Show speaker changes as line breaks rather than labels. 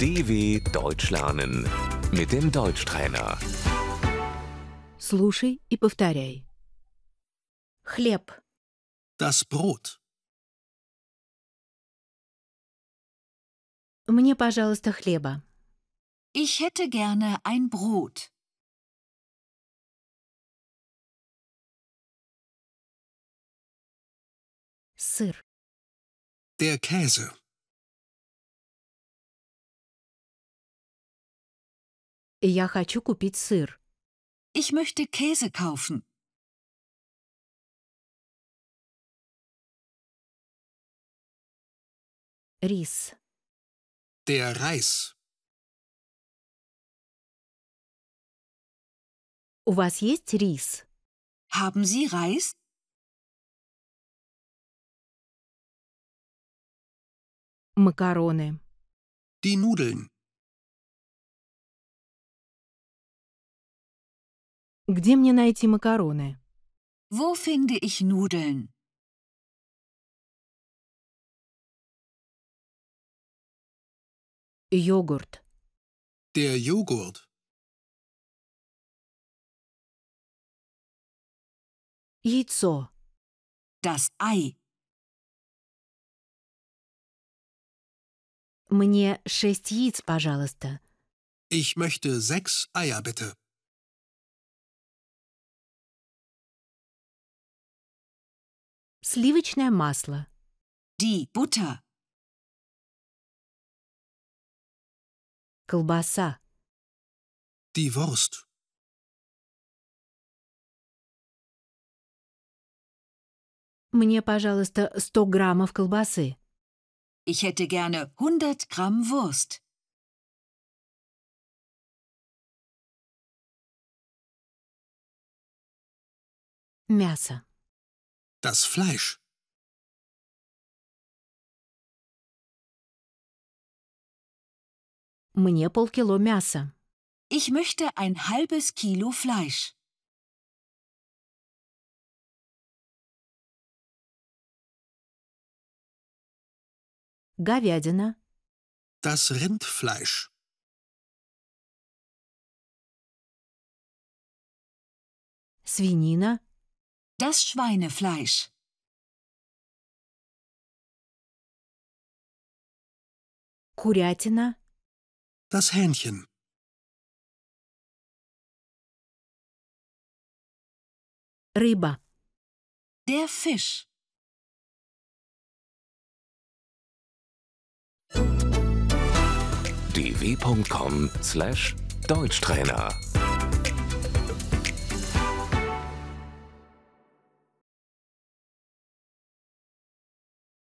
DW Deutsch lernen mit dem Deutschtrainer.
Слушай и повторяй.
Хлеб,
Das Brot.
Мне, пожалуйста, хлеба.
Ich hätte gerne ein Brot.
Сыр,
Der Käse.
я хочу купить сыр.
Ich möchte Käse kaufen.
Рис,
Der Reis.
у вас есть рис?
Haben Sie Reis?
Макароны,
Die Nudeln.
где мне найти макароны?
Wo finde ich Nudeln?
Йогурт,
Der Joghurt.
яйцо,
Das Ei.
Мне шесть яиц, пожалуйста.
Ich möchte sechs Eier bitte.
Сливочное масло,
Die Butter.
колбаса,
Die Wurst.
Мне, пожалуйста, 100 граммов колбасы.
Ich hätte gerne 100 Gramm Wurst.
Мясо.
Das Fleisch.
Мне полкило мяса.
Ich möchte ein halbes Kilo Fleisch.
Говядина,
Das Rindfleisch.
свинина,
Das Schweinefleisch.
курятина,
Das Hähnchen.
рыба.
Der Fisch.
dw.com/deutschtrainer